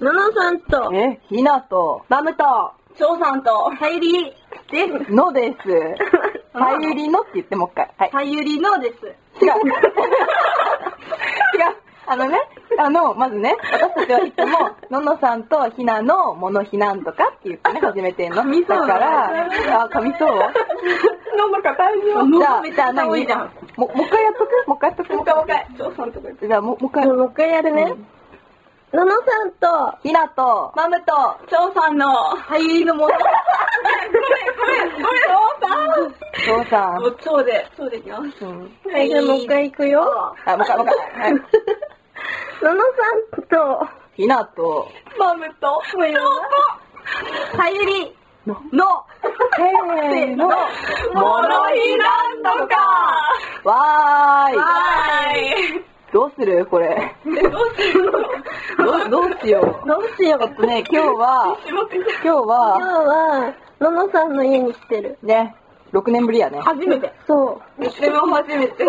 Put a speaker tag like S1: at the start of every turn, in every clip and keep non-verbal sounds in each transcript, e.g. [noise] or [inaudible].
S1: ののさんと、
S2: え、ひなと、マムと、
S1: ちょうさんと、はゆり [laughs] です。
S2: のです。
S1: [laughs]
S2: はゆりのって言ってもう一回。はい。
S1: はゆりのです。
S2: 違う。違う。 [laughs] あのね、あの、まずね、私たちはいつも、ののさんとひなのものひなんとかって言ってね、始めてんの。
S1: みそ
S2: だ
S1: う
S2: から、あ、噛みそう
S1: ののか大
S2: じゃあ、じゃあ
S1: 多
S2: 何
S1: いじゃん。も
S2: ももう一回やっとくもう一回やっとく
S1: う一回もう一回。ちょうさんとか言って。
S2: じゃあ、もうもう一回。
S1: もう一回やるね。ののさんと、
S2: ひなと、
S1: マムと、ちょうさんの、はゆりのもの。ごめん、ごめん、ごめん、
S2: ひょうさん。
S1: ちょうで、ちょうでいきます。
S2: うん
S1: はい、じゃあもう一回行くよ。
S2: あ、もう一回、もう一回。はい。
S1: ののさんと、
S2: ひなと、
S1: マムと、ちょうと、はゆり、
S2: の、
S1: の、
S2: せーの、も
S1: なんとか
S2: わーい。
S1: ーい
S2: どうするこれ。
S1: えどうす [laughs] るの
S2: どどうしよう。
S1: どうしよ
S2: えっとね、今日は、今日
S1: 今日
S2: は、
S1: は、ののさんの家に来てる。
S2: ね、6年ぶりやね。
S1: 初めて。そう。でも初めて。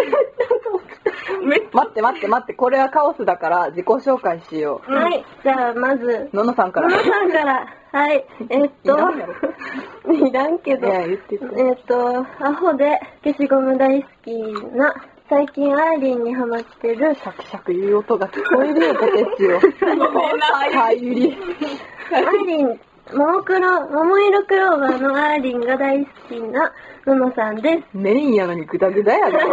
S1: め
S2: 待って待って待って、これはカオスだから自己紹介しよ
S1: はい、じゃあまず、
S2: う。ののさんか
S1: の
S2: ら。
S1: のさんから、はい、えっ
S2: い
S1: と
S2: らんや、
S1: いらんけど、
S2: いや言って言って
S1: えっと、アホで消しゴム大好きな、最近アーリンにハマって [laughs] る、
S2: シャクシャクいう音が聞こえるよ、ポテチを。かゆり。
S1: アーリン、ももクロ、桃色クローバーのアーリンが大好きな、ののさんです。
S2: メインやのにグダグダやで。
S1: アー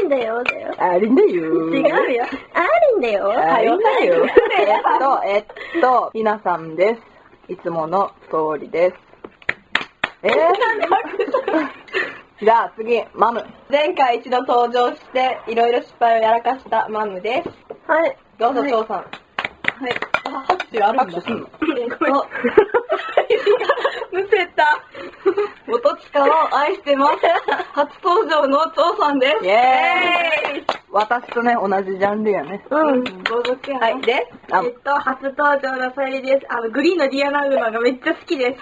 S1: リンだよ、だよ。
S2: ありんだよ。
S1: 違うよ。アーリンだよ。
S2: ありんだよ。えっ
S1: は
S2: と、えっと、ひなさんです。いつもの通りです。 [laughs] えー、じゃあ次、マム。前回一度登場して、いろいろ失敗をやらかしたマムです。
S1: い。
S2: どうぞ、
S1: はい
S2: 翔さん。
S1: はい。
S2: 拍手あるんだ。の
S1: えっと、 [laughs] むせた。元塚を愛してます。初登場の長さんで
S2: イエーイ私とね、同じジャンルやね。
S1: うん。同族や、ね。はい。
S2: で、あ
S1: えっと、初登場のさゆりです。あの、グリーンのディアナウーマがめっちゃ好きです。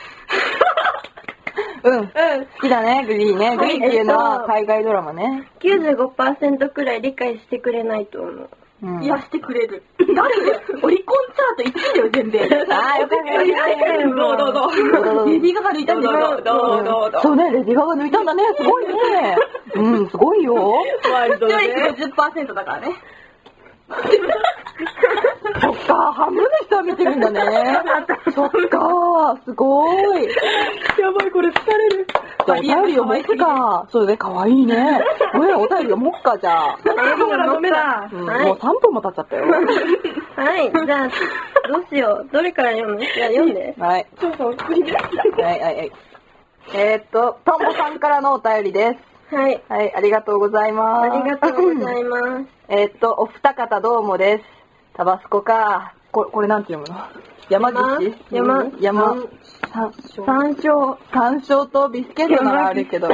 S2: うん。好
S1: うん。
S2: きだね、グリーンね。グリーンっていうのは海外ドラマね。
S1: 95%くらい理解してくれないと思う。
S2: うん。
S1: いや、してくれる。誰だよ。オリコンチャート1位だよ、全米。
S2: あーよかったよ
S1: どうどうど
S2: どう
S1: う。レディー・ガガ抜いたんだよ。
S2: どうどうどそうね、レディーガガ抜いたんだね。すごいね。うん、すごいよ。
S1: ワイルドね。50%だからね。
S2: そっか、半分の人は見てるんだね。そっか、すごい。
S1: やばい、これ疲れる。
S2: じゃあ、お便りを持つか。そうね、かわいいね。ね、お便り読もっか、じゃあ。うん、もう3分も経っちゃったよ。
S1: はい、じゃあ、どうしよう。どれから読むじゃあ読ん [laughs] で。
S2: はい。
S1: ちょっと、は
S2: はいはいはい。えーっと、とんぼさんからのお便りです。
S1: い。
S2: はい、ありがとうございま
S1: あ
S2: す。
S1: りがとうございます。
S2: す。えーっと、お二方どうもです。タバスコか。これ、これなんて読むの山寿司
S1: 山
S2: 山。山。
S1: 山椒。
S2: 山椒とビスケットならあるけど、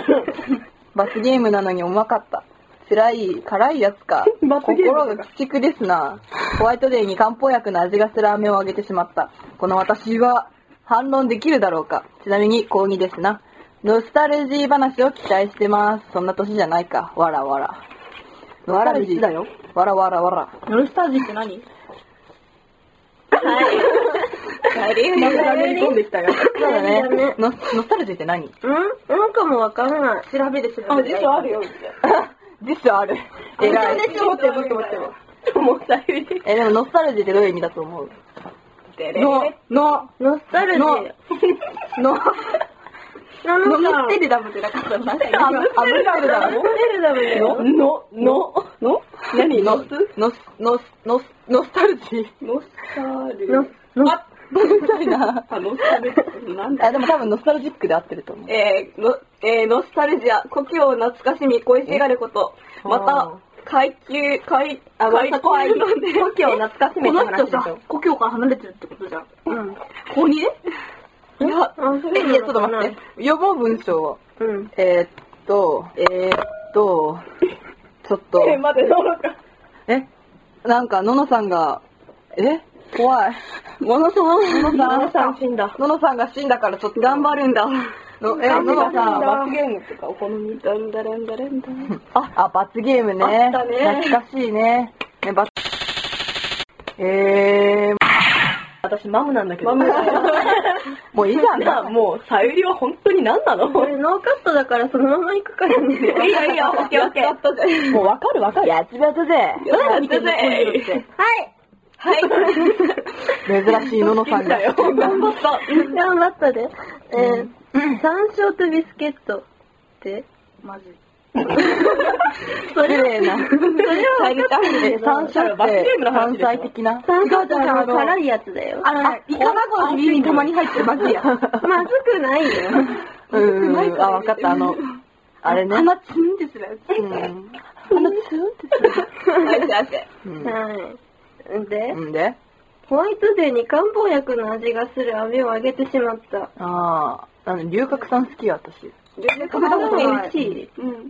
S2: 罰ゲームなのにうまかった。辛い、辛いやつ [laughs] か。
S1: 罰ゲーム
S2: 心が鬼畜ですな。ホワイトデーに漢方薬の味がする飴をあげてしまった。この私は反論できるだろうか。ちなみに抗議ですな。ノスタルジー話を期待してます。そんな年じゃないか。わらわら。わらびじだよ。わらわらわら。
S1: ノルスタージーって何はい。帰り
S2: なんかめり込んできたよ。そうだね
S1: そうだね。
S2: ノノスタルジーって何
S1: うんなんかもわからない。調べて調べて。
S2: あ辞書 [laughs] あるよ辞書ある。
S1: えら
S2: 偉い
S1: い。。持って持って持って。もうさゆり
S2: え、でもノスタルジーってどういう意味だと思う
S1: の、の、ノスタルジー。
S2: の
S1: の、ののさん。
S2: ノステル
S1: ダムってなかったのなん
S2: か今
S1: ノステルダムだよ。
S2: の、の、の [laughs] 何
S1: ノ
S2: ノスノス、ノス、ノス、ノスタルジー。
S3: ノスタル
S1: の、
S2: あ、みたいな。
S3: あ、ノスタルなんだ
S2: あ、でも多分ノスタルジックで合ってると思う。
S3: えー、の、えー、ノスタルジア、故郷を懐かしみ、恋しがること。
S2: え
S3: ま
S2: あー
S3: た、階級、階、あ、階級のね、
S2: 故郷懐かしめ
S1: こ
S2: て
S1: の
S2: 話
S1: 人
S2: でし
S1: さ
S2: ょ。、
S1: 故郷から離れてるってことじゃん。うん。
S2: ここにね。いや、
S1: あそう
S2: え、
S1: ないの
S2: や、ちょっと
S1: かな
S2: 待って。読もう文章を。
S1: うん。
S2: えーっと、えーっと、ちょっと。
S3: えー、待って、どうか。
S2: えなんか、ののさんが、え怖い。ののさんののさん。
S1: 死んだ。
S2: ののさんが死んだからちょっと頑張るんだ。のえ、ののさん、罰ゲーム。
S3: ムとか、お好み、だんだれんだれんだん。
S2: あ、あ罰ゲームね。
S3: あったね
S2: 懐かしいね。ね罰えー、
S3: 私マムなんだけど。 [laughs]
S2: マムもういいじゃん
S3: なあもう、さゆりは本当に何な [laughs] の
S1: これノーカットだからそのまま行くからね。
S3: いいよいいよ、オッケーオッケー。 [laughs] もうわかるわかる。
S2: やっちまったぜ
S3: 誰が見てんのこういうのって
S1: はい。
S3: [laughs] はい。
S2: 珍しいのの
S3: [laughs]
S2: さんが
S3: よ。頑張った。 [laughs]
S1: 頑張ったで。えー、山椒とビスケットって
S2: マジ
S1: そ
S2: 綺
S1: れ
S2: 麗な
S1: は分かったんだけど
S2: 山椒
S3: バス
S2: って
S3: ゲームの話
S2: 山
S3: でしょ
S2: 菜的な
S1: 山椒ってあの
S2: あの
S1: 辛いやつだよ。
S2: あのイカナゴのビにたまに入ってるマジや
S1: まずくないよ。
S2: うん
S3: [laughs]
S2: うんあ分かったあのあれね鼻ツンってするやつ鼻ツンってするう
S1: はい。で、
S2: んうんで
S1: ホワイトデーに漢方薬の味がする飴をあげてしまった。
S2: ああの龍角散好きよ私
S1: 食べたことない。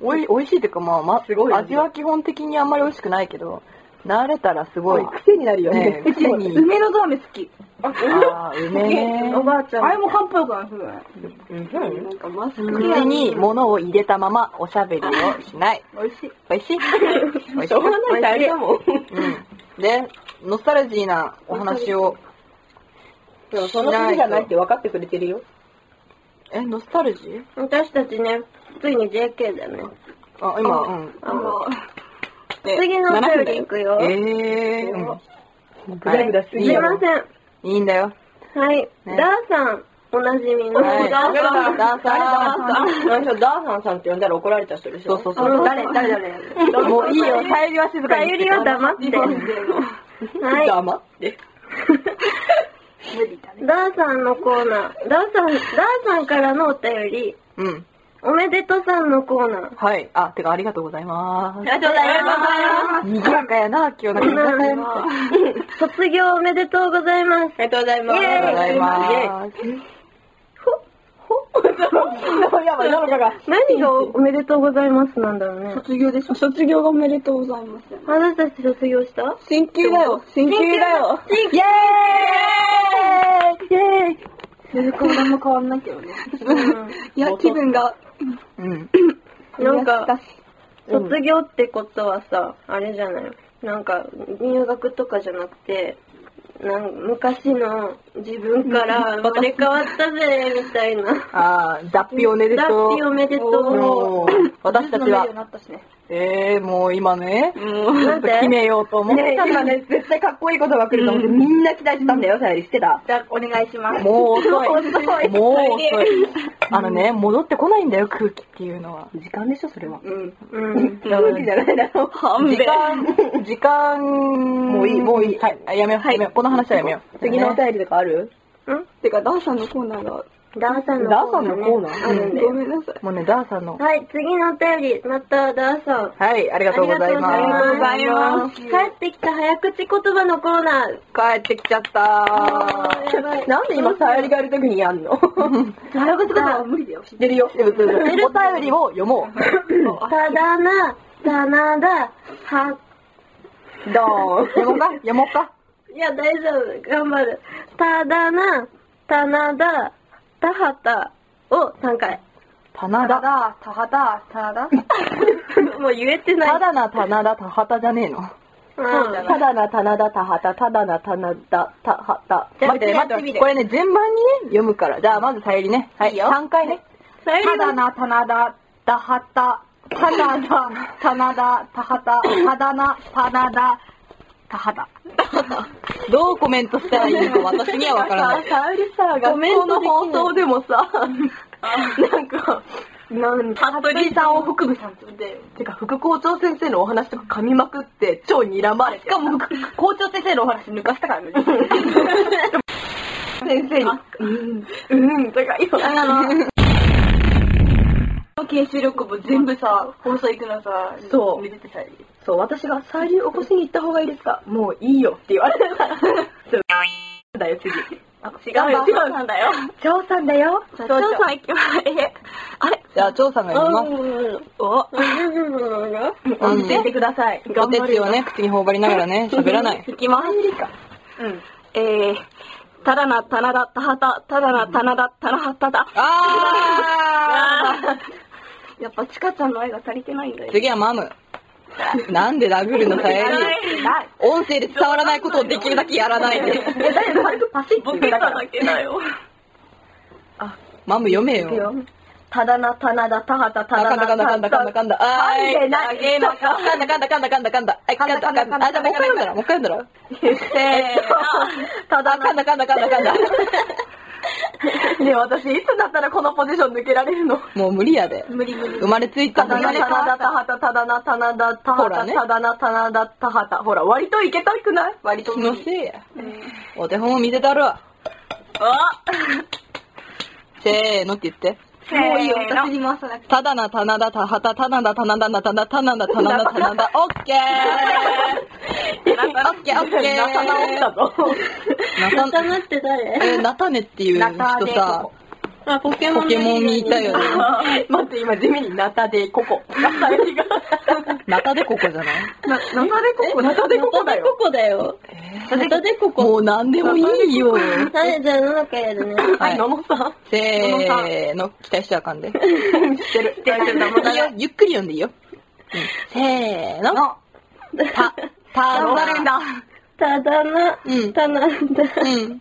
S2: おい美味しいっていうかまあまあ
S3: すごいよね
S2: 味は基本的にあんまり美味しくないけど慣れたらすごい
S3: [laughs] 癖になるよ
S2: ね
S3: ね。
S2: え癖に
S3: 梅のドアメ好き。
S2: ああうめえ
S1: おばあちゃん。
S4: あれも漢方薬なんですよね。
S2: うん
S3: なんかマスク。
S2: 口に物を入れたままおしゃべりをしない
S4: 美味しい。
S2: 美味しい美味
S3: しょうがない大変だもん。
S2: うんでノスタルジーなお話を
S3: でもその時じゃないって分かってくれてるよ。
S2: えノスタルジー
S1: 私たちね、ついに JK だね。
S2: あ今うん
S1: あの、次のお便り行くよ。
S2: ええーうん
S3: ぐだぐだす
S1: す
S3: ぎ
S1: い
S3: や
S1: ま
S3: ろ。
S1: せん。
S2: いいんだよ
S1: はい。ダ
S2: ね
S1: ーさん、おなじみの。
S2: はい
S1: ダーさん。
S2: ダーさん
S3: 最初ダーハンさんって呼んだら怒られた人でし
S2: そ
S3: ょ
S2: うそう
S3: う
S2: そう
S1: 誰
S2: 誰誰もういいよさゆりは静か
S1: さ
S2: に
S1: ゆりは黙って。はい。
S3: 黙って。
S1: ダーさんのコーナー。ダーさん、ダーさんからのお便り。
S2: うん
S1: おめでとさんのコーナー。
S2: はいあてかありがとうございま
S3: りがとうございます。
S2: すにぎやかやな今日なんか居酒屋みたい
S1: 卒業おめでとうございます。
S3: ありがとうございます。
S1: イエーイ
S2: ありがとうござい
S3: イエーイ
S2: ます
S3: やばい、なのかが。
S1: 何がおめでとうございますなんだろうね。
S4: 卒業でしょ。卒業がおめでとうございます。
S1: 私たち卒業した
S3: 新級だよ、新級だよ。
S2: イエーイイエーイ
S4: 全然体も変わんないけどね。いや、気分が。
S2: うん
S1: なんか、
S2: うん
S1: 卒業ってことはさ、あれじゃないなんか、入学とかじゃなくて、なん昔の自分から生まれ変わったぜ、みたいな。
S2: あー脱皮おめで
S1: 脱
S2: とう
S1: 皮おめでと
S2: もう私たち
S4: 自分の目にな
S2: は
S4: ったしね
S2: えー、もう今ね
S3: うん。
S2: ちょっと決めようと思ったんだね
S3: ね、絶対かっこいいことが来ると思って、みんな期待したんだよ、さゆり。してた。
S4: じゃあ、お願いします。
S2: もう遅い。
S3: [laughs] 遅い
S2: もう遅い。あのね、戻ってこないんだよ、空気っていうのは。
S3: 時間でしょ、それは。
S4: うん。
S1: う。 [laughs] うん。
S2: だから
S3: 空気じゃないだろ。半
S2: 時間、時間、も
S3: ういいもういい
S2: はい、あやめよう、やめよう。この話はやめよう。
S3: 次のお
S2: ね
S3: 便りとかある
S4: てか、ダーさんのコーナーが、
S1: ダーさんの
S3: ダーさんのコーナ
S1: ね
S3: ー
S1: あるんで
S4: ごめんなさい。
S2: もうね、ダーさんの。
S1: はい、次のお便り、またダーさん。
S2: はい、ありがとうございます。
S1: ありがとうございます帰ってきた早口言葉のコーナー。
S2: 帰ってきちゃった
S1: やばい
S3: なんで今、さゆりがいるときにやん
S2: [laughs]
S3: の
S4: 早口言葉は無理だよ。
S3: 知ってるよ。
S2: でも
S3: [laughs]
S2: そうそうお便りを読もう。
S1: ただな、たなだ、は、
S3: ド
S2: 読もうか読もうか
S1: いや、大丈夫。頑張る。ただな、たなだ、たはたを3回。
S2: 棚
S4: た
S2: 田。
S4: だ、たはだ、ただ。
S1: もう言えてない。
S2: [laughs] ただな棚田、田畑じゃねえの。
S1: うん
S3: ーン。ただな、たなだ、たはた、ただな、たなだ、たはた。
S1: じゃあ
S2: 待って
S1: やって
S2: 待って、
S1: みて
S2: これね、順番にね、読むから。じゃあ、まずさゆりね。はい、3回ね。
S1: さゆ
S4: た
S1: り
S4: だ
S1: は、
S4: な、たなだ、たはた。ただな、たなだ、たはた。ただな、たなだ、たはた。
S2: [laughs] どうコメントしたらいいのか私にはわからない。
S3: さゆりさ、
S2: コ
S3: 学
S2: メン
S3: 校の
S2: トできない
S3: 放送でもさ、なんか、なんたっと
S1: [laughs]
S3: りさんを含むさんで、てか副校長先生のお話とか噛みまくって、超睨まれて。しかも、
S4: 校長先生のお話抜かしたからね。
S3: 先生に、うん、うん、とか言われて。
S4: あの、研修旅行も全部さ、放送行くのさ、
S3: そう
S4: 見ててさ、
S3: そう、私が、さゆり起こしに行った方がいいですかもういいよって言われてた。そうだよ、次。
S4: あ、違
S3: うよ
S4: 違うなんだよ。
S3: 長さんだよ。
S4: じゃあ、長さん行きまえ、あれ
S2: じゃあ、張さんが読みます。
S4: お
S2: うん
S3: 教えてください。
S2: お手つきをね、口に頬張りながらね、喋
S4: [laughs]
S2: らない。
S4: 行きます。
S3: うん。
S4: えー、ただな、たなだ、たはた、ただな、たなだ、たなはただ。
S2: あ
S4: やっぱ、ちかちゃんの愛が足りてないんだ
S2: ー
S4: よ。
S2: 次はマム。なんで殴るのさえ
S4: ない
S2: 音声で伝わらないことをできるだけやらないで。
S4: え、だよ、軽くパシッて
S3: 僕
S4: 言った
S3: た
S4: か
S3: だ
S4: ら。
S3: けだよ。
S2: マム読め
S4: いく
S2: よ。
S4: よ。ただな、たなだ、たはた、た
S2: あか
S4: だ
S2: んだ
S4: な、
S2: かんだかんだかんだかんだ。あーい。
S4: 噛んでない
S2: あーかんだかんだかんだかんだかんだ。あい、かんだかんだかんだ。あ、じゃあもう一回読んだら、もう一回読んだら。
S4: せーの。ただ
S2: あ、かん
S4: な、
S2: だかんだかんだかんだ。
S3: ねえ私、いつになったらこのポジション抜けられるの
S2: もう無理やで。
S4: 無理無理
S2: 生。まれついた
S3: た
S2: んだ
S3: だな、
S2: ね
S3: た。だ、たはた、ただな、たなだ、た
S2: ほ
S3: は
S2: ら
S3: た、
S2: ね
S3: ただな、たなだ、たはた。ほら、割といけたくない
S2: 割と気のせいや。お手本を見せたるわ。
S3: あ
S2: せーのって言って。
S4: もういいよ、
S3: せーの
S4: 私に回さなくて。
S2: ただな、たなだ、たはた、たなだ、たなだ、なたな、たなだ、たなだ、たなだ、オッケーオッケーオッケー
S3: なたなおったぞ。
S2: なた、
S1: 頭って誰
S2: え、なたねっていう人さ、
S1: あ、ポケモ
S2: ポ
S1: ン。
S2: ケモンにいたよね。
S3: 待って、今地味にナタでココ。ナタでが。
S2: なたでここじゃない
S3: ナタでココ、ナタでココだ
S1: ナタデコ
S3: よ。
S1: コだよ。ナタデココ。
S2: もう何でもいいよ。
S1: ナタデじゃあ、なんかやるね。
S2: は
S3: はいい、野々さん。
S2: せーの、期待しちゃあかんで。
S3: 知ってる。知って
S4: 大丈夫だ
S2: いいよゆっくり読んでいいよ。うんせーの。
S4: の、
S2: た、た
S4: 頑張るんだ。
S1: ただな、
S2: うん
S1: たなんだ。
S2: うん。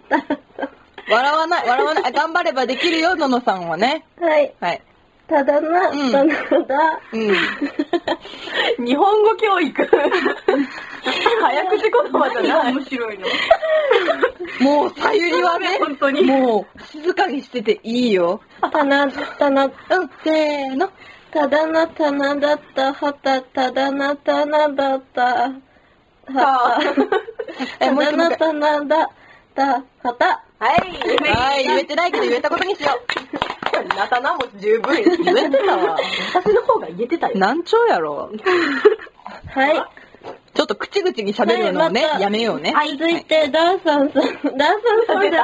S2: 笑わない、笑わない。あ頑張ればできるよ、ののさんはね。
S1: はい。
S2: はい。
S1: ただな、
S2: うん
S1: たなんだ。
S2: う
S3: [laughs]
S2: ん。
S3: 日本語教育。早口言葉じゃない。面白いの。
S2: もう、さゆりはね、
S3: 本当に
S2: もう、静かにしてていいよ。
S1: たな、たな、
S2: うん、せーの。
S1: ただな、たなだった、はた、ただな、たなだった、は
S2: えもう一回もう一回
S1: た。ただな、たなだった、はた。
S2: はい。はい、言えてないけど言えたことにしよ
S3: ナタナも十分。
S2: う。言えてた [laughs] わ。
S3: 私の方が言えてたよ。
S2: 難聴やろ。
S1: はい。
S2: ちょっと口々に喋るのをね、
S1: はいまた
S2: やめようね。
S1: 続いて、ダーサンさん、ダーサンさんじゃない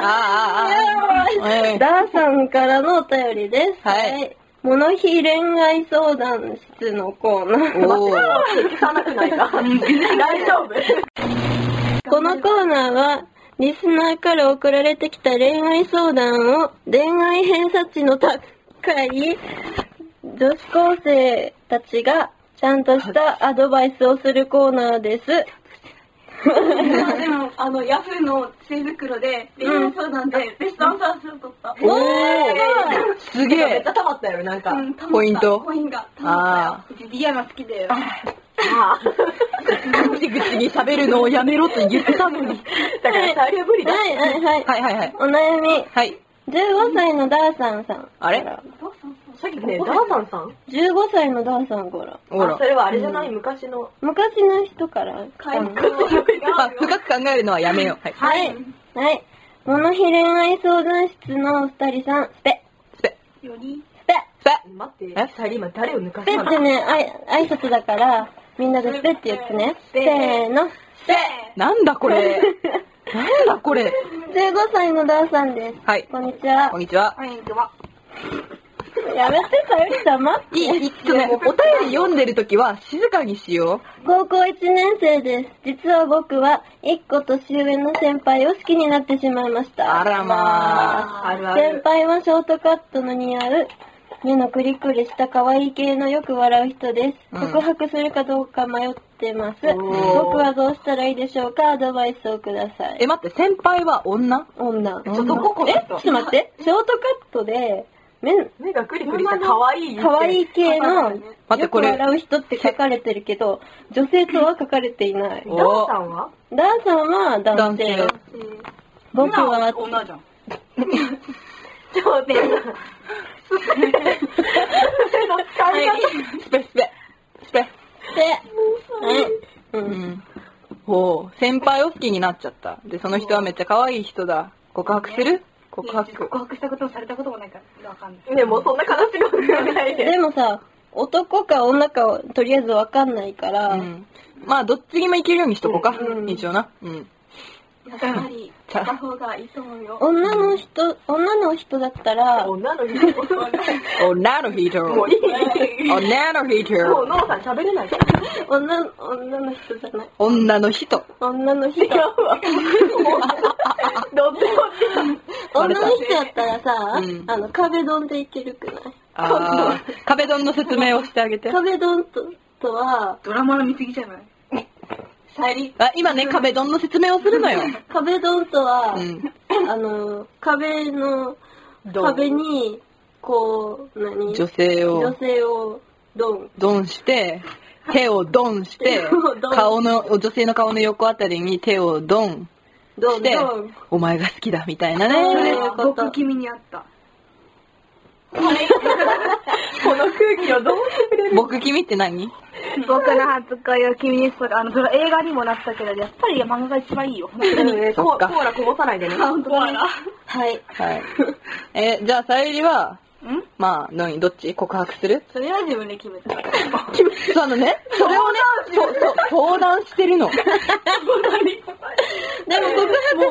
S2: あーあーあーはい
S1: ダーさんからのお便りです。
S2: はい
S1: モノヒ恋愛相談室のコーナー。
S2: おー。
S3: 聞かなくないか。大丈夫。
S1: このコーナーは、リスナーから送られてきた恋愛相談を、恋愛偏差値の高い [laughs] 女子高生たちが、ちゃんとしたアドバイスをするコーナーです。
S4: でも、あの、ヤフーの知恵袋で、恋愛相談で、ベストアンサー賞取った。
S3: [laughs]
S2: おーすげ
S3: めっ
S2: え
S3: ちゃ溜まったよ、なんか。
S4: うん溜まった
S2: ポイント
S4: コインが。
S2: あ
S4: ジュディアナ好きだよ。
S3: ああ
S2: 口々に喋るのをやめろって言ってたのに。
S3: だから、大変無理だ。
S1: はいはいはい。
S2: はいはいはい。
S1: お悩み、
S2: はい。
S1: 15歳のダーサンさん。
S2: あれ
S3: さっきね、ダーサンさん
S1: ?15 歳のダーサンから。
S2: ほら
S3: あそ。れはあれじゃない、昔の。
S1: 昔の人から来た
S4: 回
S1: の
S4: 復力が
S2: あ
S4: あるよ。
S2: 深く考えるのはやめよう。はい。
S1: はい。はい。モノヒ恋愛相談室のお二人さん、スペ、
S2: スペ、
S4: より、
S1: スペ。
S2: スペ。
S3: 待って、
S2: え
S3: 二人今誰を抜か
S1: ス
S3: し
S1: ペ
S3: た
S1: って
S3: の
S1: ね、あい挨拶だから、みんなでスペって言ってね。せーの。
S4: せ
S2: なんだこれ。なんだこれ。
S1: 15歳のダーさんです。
S2: はい
S1: こんにちは
S2: こん。にちは。
S4: はい、こんにちは。
S1: やめて、さゆりさん、待って
S2: いい、いい、ちょっとね、お便り読んでるときは静かにしよ
S1: 高校1年生です。実は僕は、1個年上の先輩を好きになってしまいました。
S2: あらま
S3: ああるあ
S1: 先
S3: る。
S1: 輩はショートカットの似合う目のクリクリした可愛い系のよく笑う人です、
S2: うん
S1: 告白するかどうか迷ってます
S3: おー
S1: 僕はどうしたらいいでしょうかアドバイスをくださ
S2: う。
S1: い
S2: え、待って、先輩は女
S1: 女
S2: ちょっとここ
S1: えちょっと待ってショートカットで目
S3: 目がクリクリした可愛い。
S1: 可愛い系のよ
S2: 待って
S1: く
S2: これ
S1: 笑う人って書かれてるけど女性とは書かれていない
S3: ダ
S2: お
S3: ーさんは
S1: ダーさんは男性
S2: 男
S1: 僕は
S4: 女じゃん。
S3: そうです。
S2: スペ、スペ。スペ。
S1: で、う、
S2: うんん。ほう、先輩を好きになっちゃった。で、その人はめっちゃ可愛い人だ。告白する告白
S4: 告白したこともされたこともないから、わかんない。
S3: ね、もうそんな悲しいこと言わないで。
S1: でもさ男か女かはとりあえずわかんないから、
S2: うん。まあ、どっちにもいけるようにしとこうか。
S1: うん
S2: 一応な。うん。
S4: やっぱり、した方がいいと思うよ。
S1: 女の人女の人だったら
S3: 女の人。
S2: 女の人。
S3: もういい。
S2: 女の
S3: もう、
S2: 人。
S3: ののさん喋れないから。
S1: 女女の人じゃない
S2: 女の人。
S1: 女の人
S3: どっちも
S1: 女の人だったらさ、
S2: うん
S1: あの壁ドンでいけるくない
S2: あー壁ドンの説明をしてあげて。
S1: 壁ドンととは、
S4: ドラマの見過ぎじゃない
S1: さゆり、
S2: あ今ね、壁ドンの説明をするのよ。
S1: 壁ドンとは、
S2: うん。
S1: あの、壁の、
S2: ドン
S1: 壁に、こう、何
S2: 女性を
S1: 女性をドン。
S2: ドンして、手をドンして
S1: 手をド、ン
S2: 顔の、女性の顔の横あたりに手をドン
S1: ド
S2: し
S1: ン、
S2: て
S1: ドン。、
S2: お前が好きだみたいな
S4: そ
S1: それ
S4: れ
S2: ね。
S1: よかった
S4: 僕君に会った
S3: この空気をどうする
S2: 僕君って何
S4: 僕の初恋を君にするあのそれ映画にもなったけどやっぱり漫画が一番いいよ本当に
S3: コ
S2: そっ
S3: コ
S2: か
S3: ーラこぼさないでね。
S4: コアラ
S1: はい。
S2: はい。え、じゃあ、さゆりは、
S4: ん
S2: まあ、何どっち告白する
S4: それは自分で決めた
S2: そうあのね、それをね、そうそう、相談してるの。
S1: でも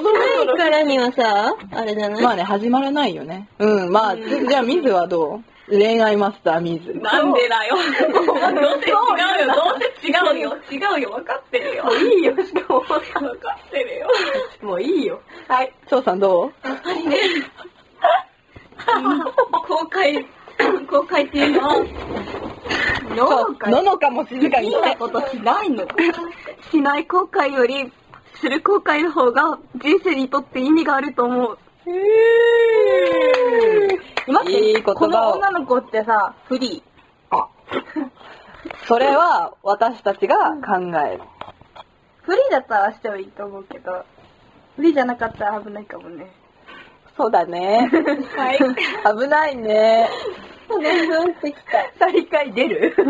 S1: 告白しないからにはさ、あれじゃない
S2: まあね、始まらないよね。うん、まあ、つじゃあ、ミズはどう恋愛マスター、ミズ。
S3: なんでだよ。どうせ違うよ。どうせ違うよ。違うよ。分かってるよ。もういいよ。しかも。分かってるよ。もういいよ。はい。
S2: 翔さんどう
S1: 公開、公開っていうのは、
S2: そうののかも静かにして。
S4: ことしないの
S3: しない後悔より、する後悔の方が人生にとって意味があると思う。
S4: 待って
S2: いい言葉を
S4: この女の子ってさフリー
S2: それは、私たちが考える。
S4: フリーだったらしてもいいと思うけどフリーじゃなかったら危ないかもね
S2: そうだね。
S4: [laughs] はい
S2: 危ないね。
S3: 再会出る
S4: [laughs]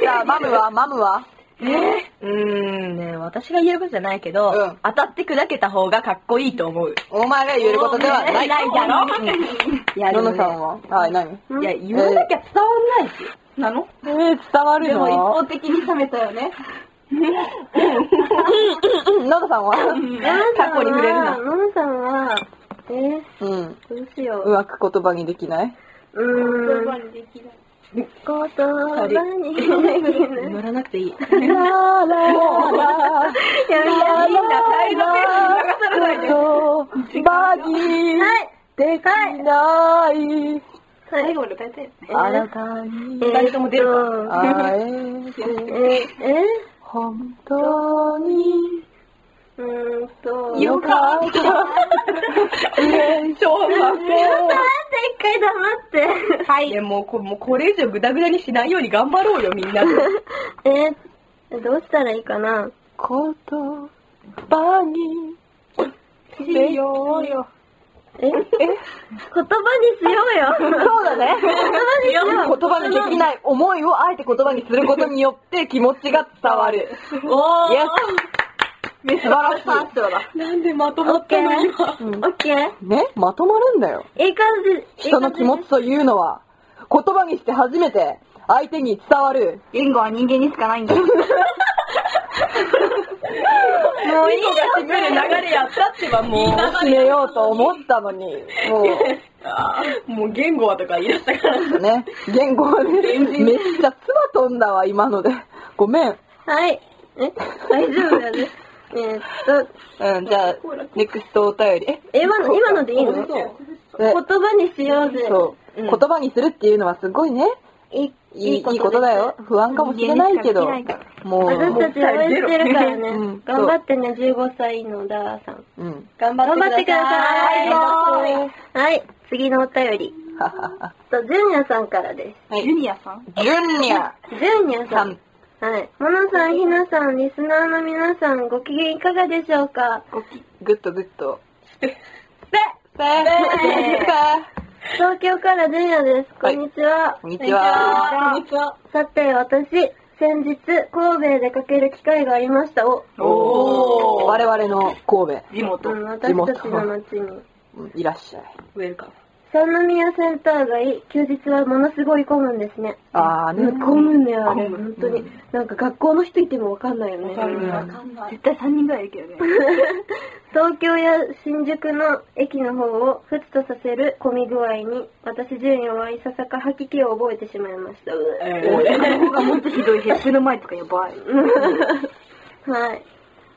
S2: じゃあ、マムはマムは
S3: うーんね、私が言うことじゃないけど、
S2: うん
S3: 当たって砕けた方がかっこいいと思う。
S2: お前が言えることではない。
S3: ないだろいや、
S2: のの
S3: ね
S2: さんははい、何
S3: いや、言わなきゃ伝わんないし。
S4: なの
S2: えー、伝わる
S4: でも一
S2: の
S4: 方的に冷めたよね
S2: うん、ののさんは
S1: 過
S2: 去に触れるな
S1: ののさんは、えー、
S2: うん。
S1: どうしよ
S2: う
S1: う。
S2: まく言葉にできないう
S1: ーん。
S4: にできない
S1: 言葉にできない。
S3: 乗らなくていい。
S2: ラララ
S1: やめ
S2: ラ
S1: て、みんな
S2: ラ
S1: 帰
S2: ラ言葉にできない
S4: 最後に歌えたよね
S2: あなたに
S1: え
S3: 二
S1: ーっと
S3: 人とも出る
S2: 会え
S1: え
S2: て
S1: ー、え
S2: 本当に
S1: ー、うーんと。
S2: よかった嬉し
S3: 超
S1: ちょっと待って、一回黙って。
S3: いやもうこもうこれ以上グダグダにしないように頑張ろうよみんなで
S1: えー、どうしたらいいかな
S2: 言葉にしようよ
S1: ええ言葉にしようよ。
S2: そうだね
S1: 言葉にしよう。
S2: 言葉にできない思いをあえて言葉にすることによって気持ちが伝わる。
S1: おー。
S2: Yes! 素晴らし
S3: なんでまとま
S1: オッ
S3: っ
S1: ケ
S3: た
S1: ー
S3: の今。
S2: うん
S1: オッケ
S2: い。
S1: ー。
S2: ねまとまるんだよ。
S1: いい感じ。いい
S2: 人
S1: 感じ
S2: の気持ちというのは、言葉にして初めて相手に伝わる。
S4: 言語は人間にしかないんだ
S1: もういいよ。
S3: が締める流れやったってばも
S2: も
S3: う
S2: う締めようと思ったのに、もう、
S3: あーもう言語はとか言い出したから
S2: ね、言語はね、めっちゃ唾飛んだわ、今ので。ごめん。
S1: はい。え大丈夫
S2: [laughs]
S1: だね。えーっと、
S2: うん、じゃあ、ネクストお便り。え
S1: え今の、今のでいいの
S2: そう
S1: 言
S2: え
S1: 葉にしようぜ。
S2: そう、
S3: うん
S2: 言葉にするっていうのはすごいね。
S1: いい
S2: いいいいことだよ。不安かもしれないけど
S4: 人間にしかできない。
S2: もう、
S1: 私たち応援してるからね。
S2: うん
S1: 頑張ってね、15歳のダーさん。
S2: うん。
S3: 頑
S1: 頑張ってください。
S4: 頑張
S1: はい、次のお便り。
S2: ははは。
S1: と、ジュニアさんからで
S4: ジュニアさん
S2: ジュニア
S1: す。ジュニア
S2: さ
S1: さん
S2: ん。。
S1: はい。モノさん、ひなさん、リスナーの皆さん、ご機嫌いかがでしょうか
S2: グッドグッド。
S1: で
S2: ペーペ
S1: 東京からジュニアです。こんにちは。
S2: こんにちは。
S1: こんにちは。さて、私、先日、神戸へ出かける機会がありました。お、
S3: おー
S2: 我々の神
S3: 地元
S1: うん、私たちの町に。
S2: 戸、うんいらっしゃい。
S3: ウェルカム
S1: 三宮センター街、休日はものすごい混むんですね。
S2: あーね。
S1: うん混むんだよ、あれ。
S3: 混む
S1: 本当
S2: う
S1: に
S2: ん。
S1: なんか学校の人いてもわかんないよね。
S2: うん
S4: 絶対3人ぐらいいるけどね
S1: 東京や新宿の駅の方をふつとさせる混み具合に私順位はいささか吐き気を覚えてしまいましたう
S3: え
S1: う
S3: ー
S4: ここがもっとひどいヘップの前とかやばい
S1: はい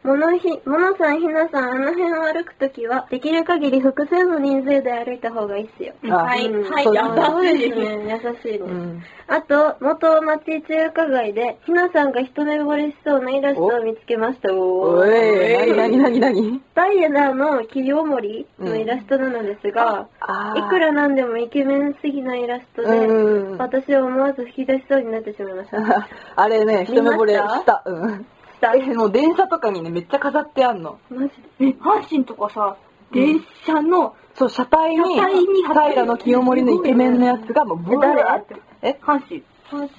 S1: ものひ、ものさん、ひなさん、あの辺を歩くときは、できる限り複数の人数で歩いた方がいいっすよ。
S2: あ
S4: はい
S2: うん
S4: はい
S2: そうだね
S1: そうですね。優しいです。
S2: うん
S1: あと、元町中華街で、ひなさんが一目惚れしそうなイラストを見つけました。お
S2: お
S1: ー
S2: い、なになになになに
S1: ダイアナの切りおもりのイラストなのですが、
S2: あ
S1: いくらなんでもイケメンすぎないイラストで、
S2: うん
S1: 私は思わず引き出しそうになってしまいました。
S2: あれね、一目惚れ
S1: 見
S2: し。
S1: ました
S2: うん。
S1: した
S2: え、もう電車とかにね、めっちゃ飾ってあんの。
S1: マジで。
S4: ね、阪神とかさ、電車の、
S2: そう、車体に、
S4: 車体に貼ってる
S2: 平の清盛のイケメンのやつが、もう、ブワーって。え
S4: 阪神。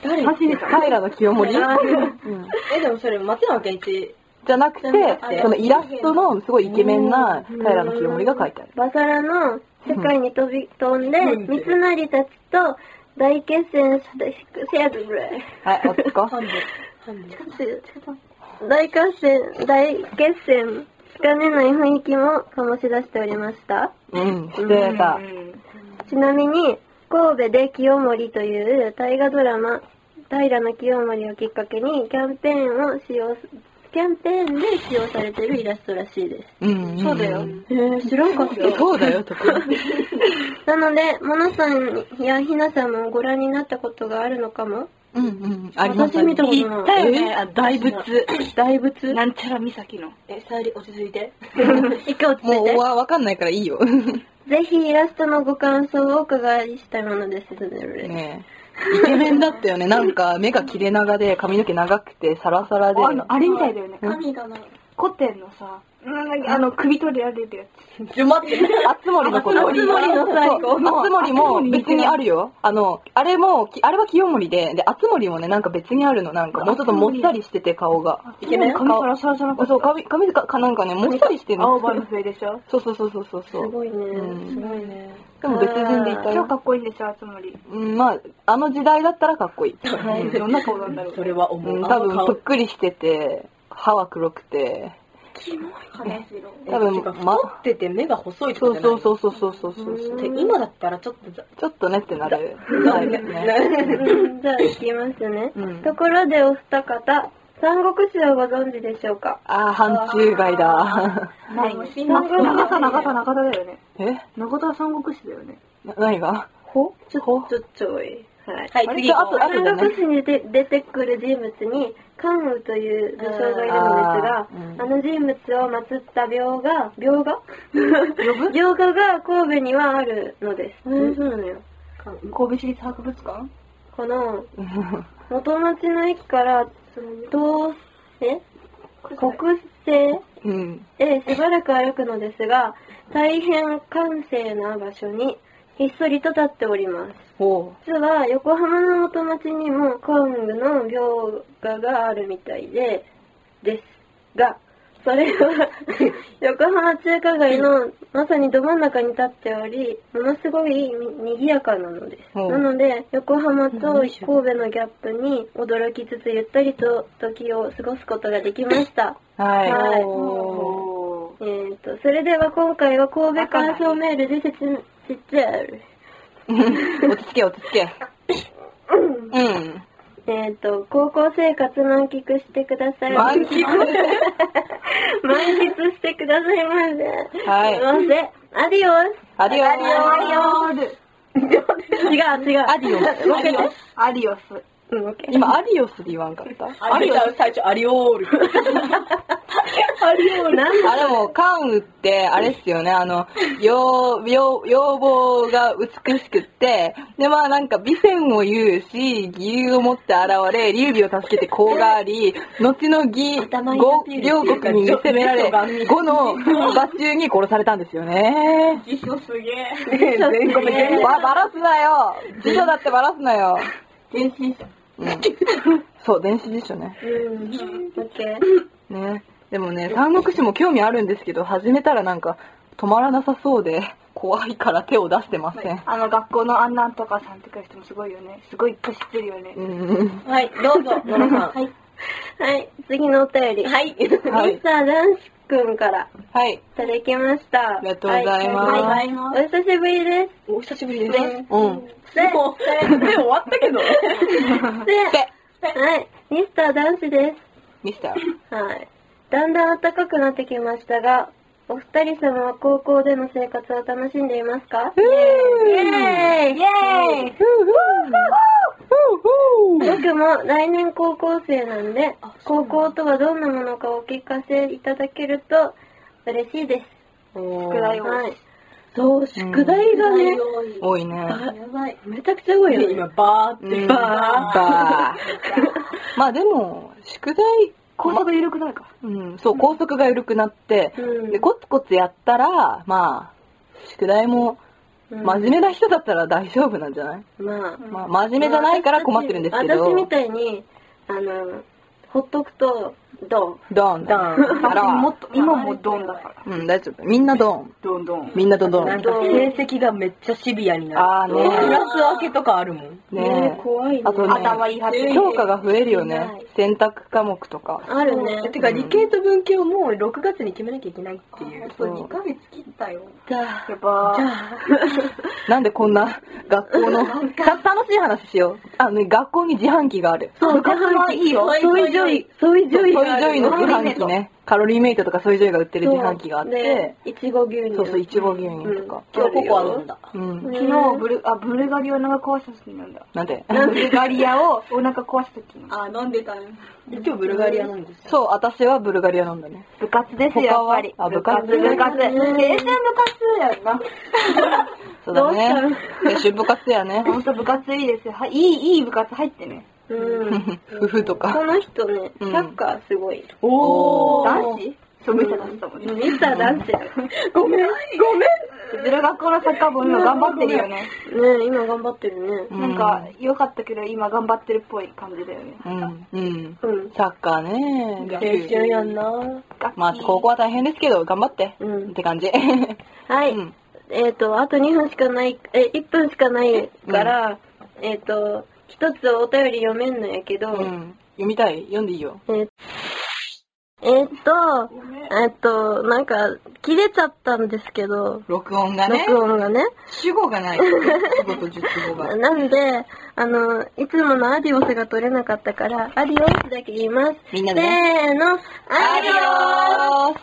S1: 誰
S4: 阪神でさ、
S2: 平の清盛、
S1: あ
S2: うん、
S3: え、でもそれ、松山健一。
S2: じゃなくて
S1: じゃなくて、
S2: そのイラストのすごいイケメンな平の清盛が書いてある。
S1: バサラの世界に飛び飛んで
S3: うん、
S1: 三成たちと大決戦して、せやつぐらい。
S2: はい、おつこ。
S1: 大合戦、大決戦しかねない雰囲気も醸し出しておりました。
S2: うん、してた。
S1: ちなみに、神戸で清盛という大河ドラマ、平の清盛をきっかけにキャンペーンを使用す、キャンペーンで使用されてるイラストらしいです。
S2: うん。
S4: そうだよ
S2: ん
S1: えー、知らんかっ
S2: そうだよ、
S4: [laughs]
S2: とか。
S1: た。なので、モノさんやひなさんもご覧になったことがあるのかも。
S2: うんうん。ありました
S1: 私見たことない
S4: 行ったよね、あ大仏。
S1: 大仏
S4: なんちゃら岬の。
S3: え、さゆり、落ち着
S4: [laughs]
S3: いて。
S1: 一回落ち着
S2: も
S1: いうて。
S2: わわかんないからいいよ。 [laughs]
S1: ぜひイラストのご感想をお伺いしたいものですので。
S2: ねえイケメンだったよね。なんか目が切れ長で髪の毛長くてサラサラで。
S4: あのあれみたいだよね。
S1: 神がない。
S4: 古典のさ、うんあの、首取りられるや
S3: ちょ、待って。
S2: あつ森のこと。
S3: あつ森の最後
S2: そうあつ森も別にあるよ。あの、あれも、きあれは清盛で、で、あつ森もね、なんか別にあるの。なんかもうちょっともったりしてて顔が。
S4: つ。
S3: イケメン
S4: 髪からさらさらかった。
S2: そう、髪、髪かかなんかね、もったりしてるの。
S4: 青葉の笛でしょ。
S2: そうそうそうそうそうそう。
S1: すごいね。
S2: うん
S1: すごいね。
S2: でも別人でいた
S4: 超
S2: よ
S4: か。っこいいんですよ、つまり。
S2: うん、まあ、あの時代だったらかっこいい。
S4: はいどんな顔なんだろう。
S3: それは思
S2: う
S3: う。
S2: ん、
S3: あ
S2: 多
S3: の
S2: 分
S3: 顔
S2: ぷっくりしてて、歯は黒くて。
S4: 金城。
S3: え
S2: 多分
S3: てか
S2: ま
S3: 太ってて目が細いとか
S2: そ
S3: じ
S2: う
S3: ゃない
S2: そうそうそうそうそうそうう。
S1: ん
S3: で今だったらちょっとざ
S2: ちょっとねってなる。
S3: ざ
S2: ないですね。
S1: うんじゃあ行きますね。
S2: うん
S1: ところでお二方、三国志をご存知でしょうか
S2: あー、範疇外 [laughs] だ。
S4: ないね。
S1: な
S4: 長
S1: いね
S4: 田、長田、長田だよね。
S2: え
S4: 長田は三国志だよね。
S2: な何が
S1: ほちょ、ちょ、ちょい。はい。
S3: はい
S2: あれ
S3: 次行こう
S2: あとだね
S1: 三国志に出て出てくる人物に関羽という武将がいる
S2: あー
S1: のです
S2: うん
S1: があの人物を祀った廟が廟が [laughs] 廟がが神戸にはあるのです、そうなのよ
S4: 神戸市立博物館
S1: この
S2: うん
S1: 元町の駅から東え国政
S2: [laughs] うん。
S1: へしばらく歩くのですが大変閑静な場所にひっそりと立っております
S2: ほ
S1: 実は横浜の元町にも関羽の描画があるみたいでですがそれは [laughs] 横浜中華街のまさにど真ん中に立っておりものすごいに賑やかなのです
S2: うん
S1: なので横浜と神戸のギャップに驚きつつゆったりと時を過ごすことができました
S2: う。はい。
S1: はい
S2: お
S4: お
S2: ー
S1: えーとそれでは今回は神戸感想メールで説明してある
S2: 落ち着け、落ち着け。うん。
S1: えっ、と、高校生活満喫してください。
S2: 満喫
S1: 満喫してくださいませ。
S2: はい
S1: すいません。アディオス
S2: アディオ
S4: アディオス
S1: 違う違う。
S2: アディオス。
S1: もう一回ね
S4: アディオス。
S1: うん、もう一回
S2: 今、アディオスで言わんかった
S3: あれだ最初アリオー
S4: [laughs]
S3: ル
S1: アディオス。なんだ
S2: あ、でも、関羽って、あれっすよね、あの、要、要、要望が美しくって、で、まあなんか、美線を言うし、義勇を持って現れ、劉備を助けて功があり、後の義、
S1: 頭に
S2: 五
S1: 当てる
S2: 両国に攻められ、後の馬中に殺されたんですよね。
S4: 辞書すげえ。
S3: 全国
S1: えー
S2: ば、ばらすなよ辞書だってばらすなよ
S4: 全身者。
S2: うん。そう、電子辞書ね。
S1: うん。オッケ
S2: ねでもね三国志も興味あるんですけど始めたらなんか止まらなさそうで怖いから手を出してません
S4: あの、学校のあんなんとかさんとか人もすごいよね。すごい突出るよね
S2: う。ん
S3: はいどうぞ野呂さん
S1: はいー。はい、次のお便り。はい。ミスタ
S2: はい
S1: ー男子くんから
S2: はい
S1: いただきました。
S2: ありがとうございます
S1: ははいお久しぶりで
S3: お久しぶり
S1: す。
S3: です
S1: ね
S2: うん
S1: で、
S3: もうで終わったけど
S1: で、
S2: [laughs] で
S1: はい、ミスター男子です。
S2: ミスター
S1: はい。だんだん暖かくなってきましたが、お二人様は高校での生活を楽しんでいますかイエーイイエーイ僕も来年高校生なんで、高校とはどんなものかお聞かせいただけると嬉しいです。
S2: 宿
S1: はい。そう、宿題がね、
S2: 多いね。
S1: やばい。めちゃくちゃ多いよ、ね。
S3: 今、バーって。
S2: うん
S1: バー
S2: バーまあでも、宿題、
S4: 高速緩くなるか。
S2: うん、そう、校則が緩くなって、
S1: うん
S2: で、コツコツやったら、まあ、宿題も、
S1: うん
S2: 真面目な人だったら大丈夫なんじゃない、
S1: まあ、
S2: まあ、真面目じゃないから困ってるんですけど。
S1: 私みたいに、あの、ほっとくと、ど
S2: ドン。ドン。あら、
S4: もっと、今もドンだから。
S2: うん、大丈夫。みんなドン。
S4: どんどん。
S2: みんなドド
S3: なん
S2: ン。
S3: か成績がめっちゃシビアになる。
S2: あーね
S3: クラス分けとかあるもん。
S1: う。
S2: ねえ。
S1: 怖いね。
S2: あとね、
S4: 頭いいはず
S2: 教科が増えるよ
S1: な
S2: ね
S1: い。
S2: 選択科目とか。
S1: あるね。
S3: てか理系と文系をもう6月に決めなきゃいけないっていう。
S2: そう
S4: 2ヶ月切ったよ。
S1: だ
S4: やばー。
S2: なんでこんな学校の、た楽しい話しよう。あのね、学校に自販機がある。
S1: そう、部活はいいよ。ソイジョイ、ソイジョイ
S2: ソイ
S1: があ
S2: ジョ
S1: る
S2: イ
S1: よ。
S2: の自販機ね。カロリーメイトとかソイジョイが売ってる
S1: そう。
S2: 自販機があって
S1: で、、いちご牛乳。
S2: そうそう、いちご牛乳とか。
S1: 今日ココア飲ん
S3: だ。
S2: うん。
S1: ね
S4: 昨日ブル、あ、ブルガリアをお腹壊した時なんだ。
S2: なんで
S4: ブルガリアをお腹壊した時なんだ
S3: あ、飲んでたね。今日ブルガリア飲んでた。
S2: そう、私はブルガリア飲んだね。
S4: 部活ですよ、やっぱり。
S2: 他はあ部活
S4: 部活。部活青春部活やんな。
S2: そうだね
S1: どうし。
S2: 青春部活やね。
S4: ほんと部活いいですよ。はいいい、いい部活入ってね。
S1: うん。
S2: 夫婦と
S1: こ
S2: か。
S1: の人ね、サ
S2: うん
S1: ッカーすごい。
S2: おー
S4: 男子そう、見た男子だもんね。
S1: ミスター男子。ごめん、ごめん。
S4: うちの学校のサッカー部今頑張ってるよね。
S1: ねえ、今頑張ってるね。
S2: うん
S4: なんか、良かったけど今頑張ってるっぽい感じだよね。
S2: うん。うん。
S1: うん。
S2: サッカーね。
S3: 青春やんな。
S4: 楽器
S2: まあ、高校は大変ですけど、頑張って。
S1: うん
S2: って感じ。
S1: はい。
S2: うん
S1: えっ、と、あと2分しかない、え、1分しかないから、えっ、と、一つお便り読めんのやけど、
S2: うん。読みたい読んでいいよ。
S1: えっ、えーと、えっ、と、なんか、切れちゃったんですけど、
S2: 録音がね。
S1: 録音がね。
S2: 主語
S1: [laughs]
S2: がない。主語と熟語が。
S1: なんで、あの、いつものアディオスが取れなかったから、アディオスだけ言います。
S2: みんなでね
S1: せーの、アディオス
S2: アディオース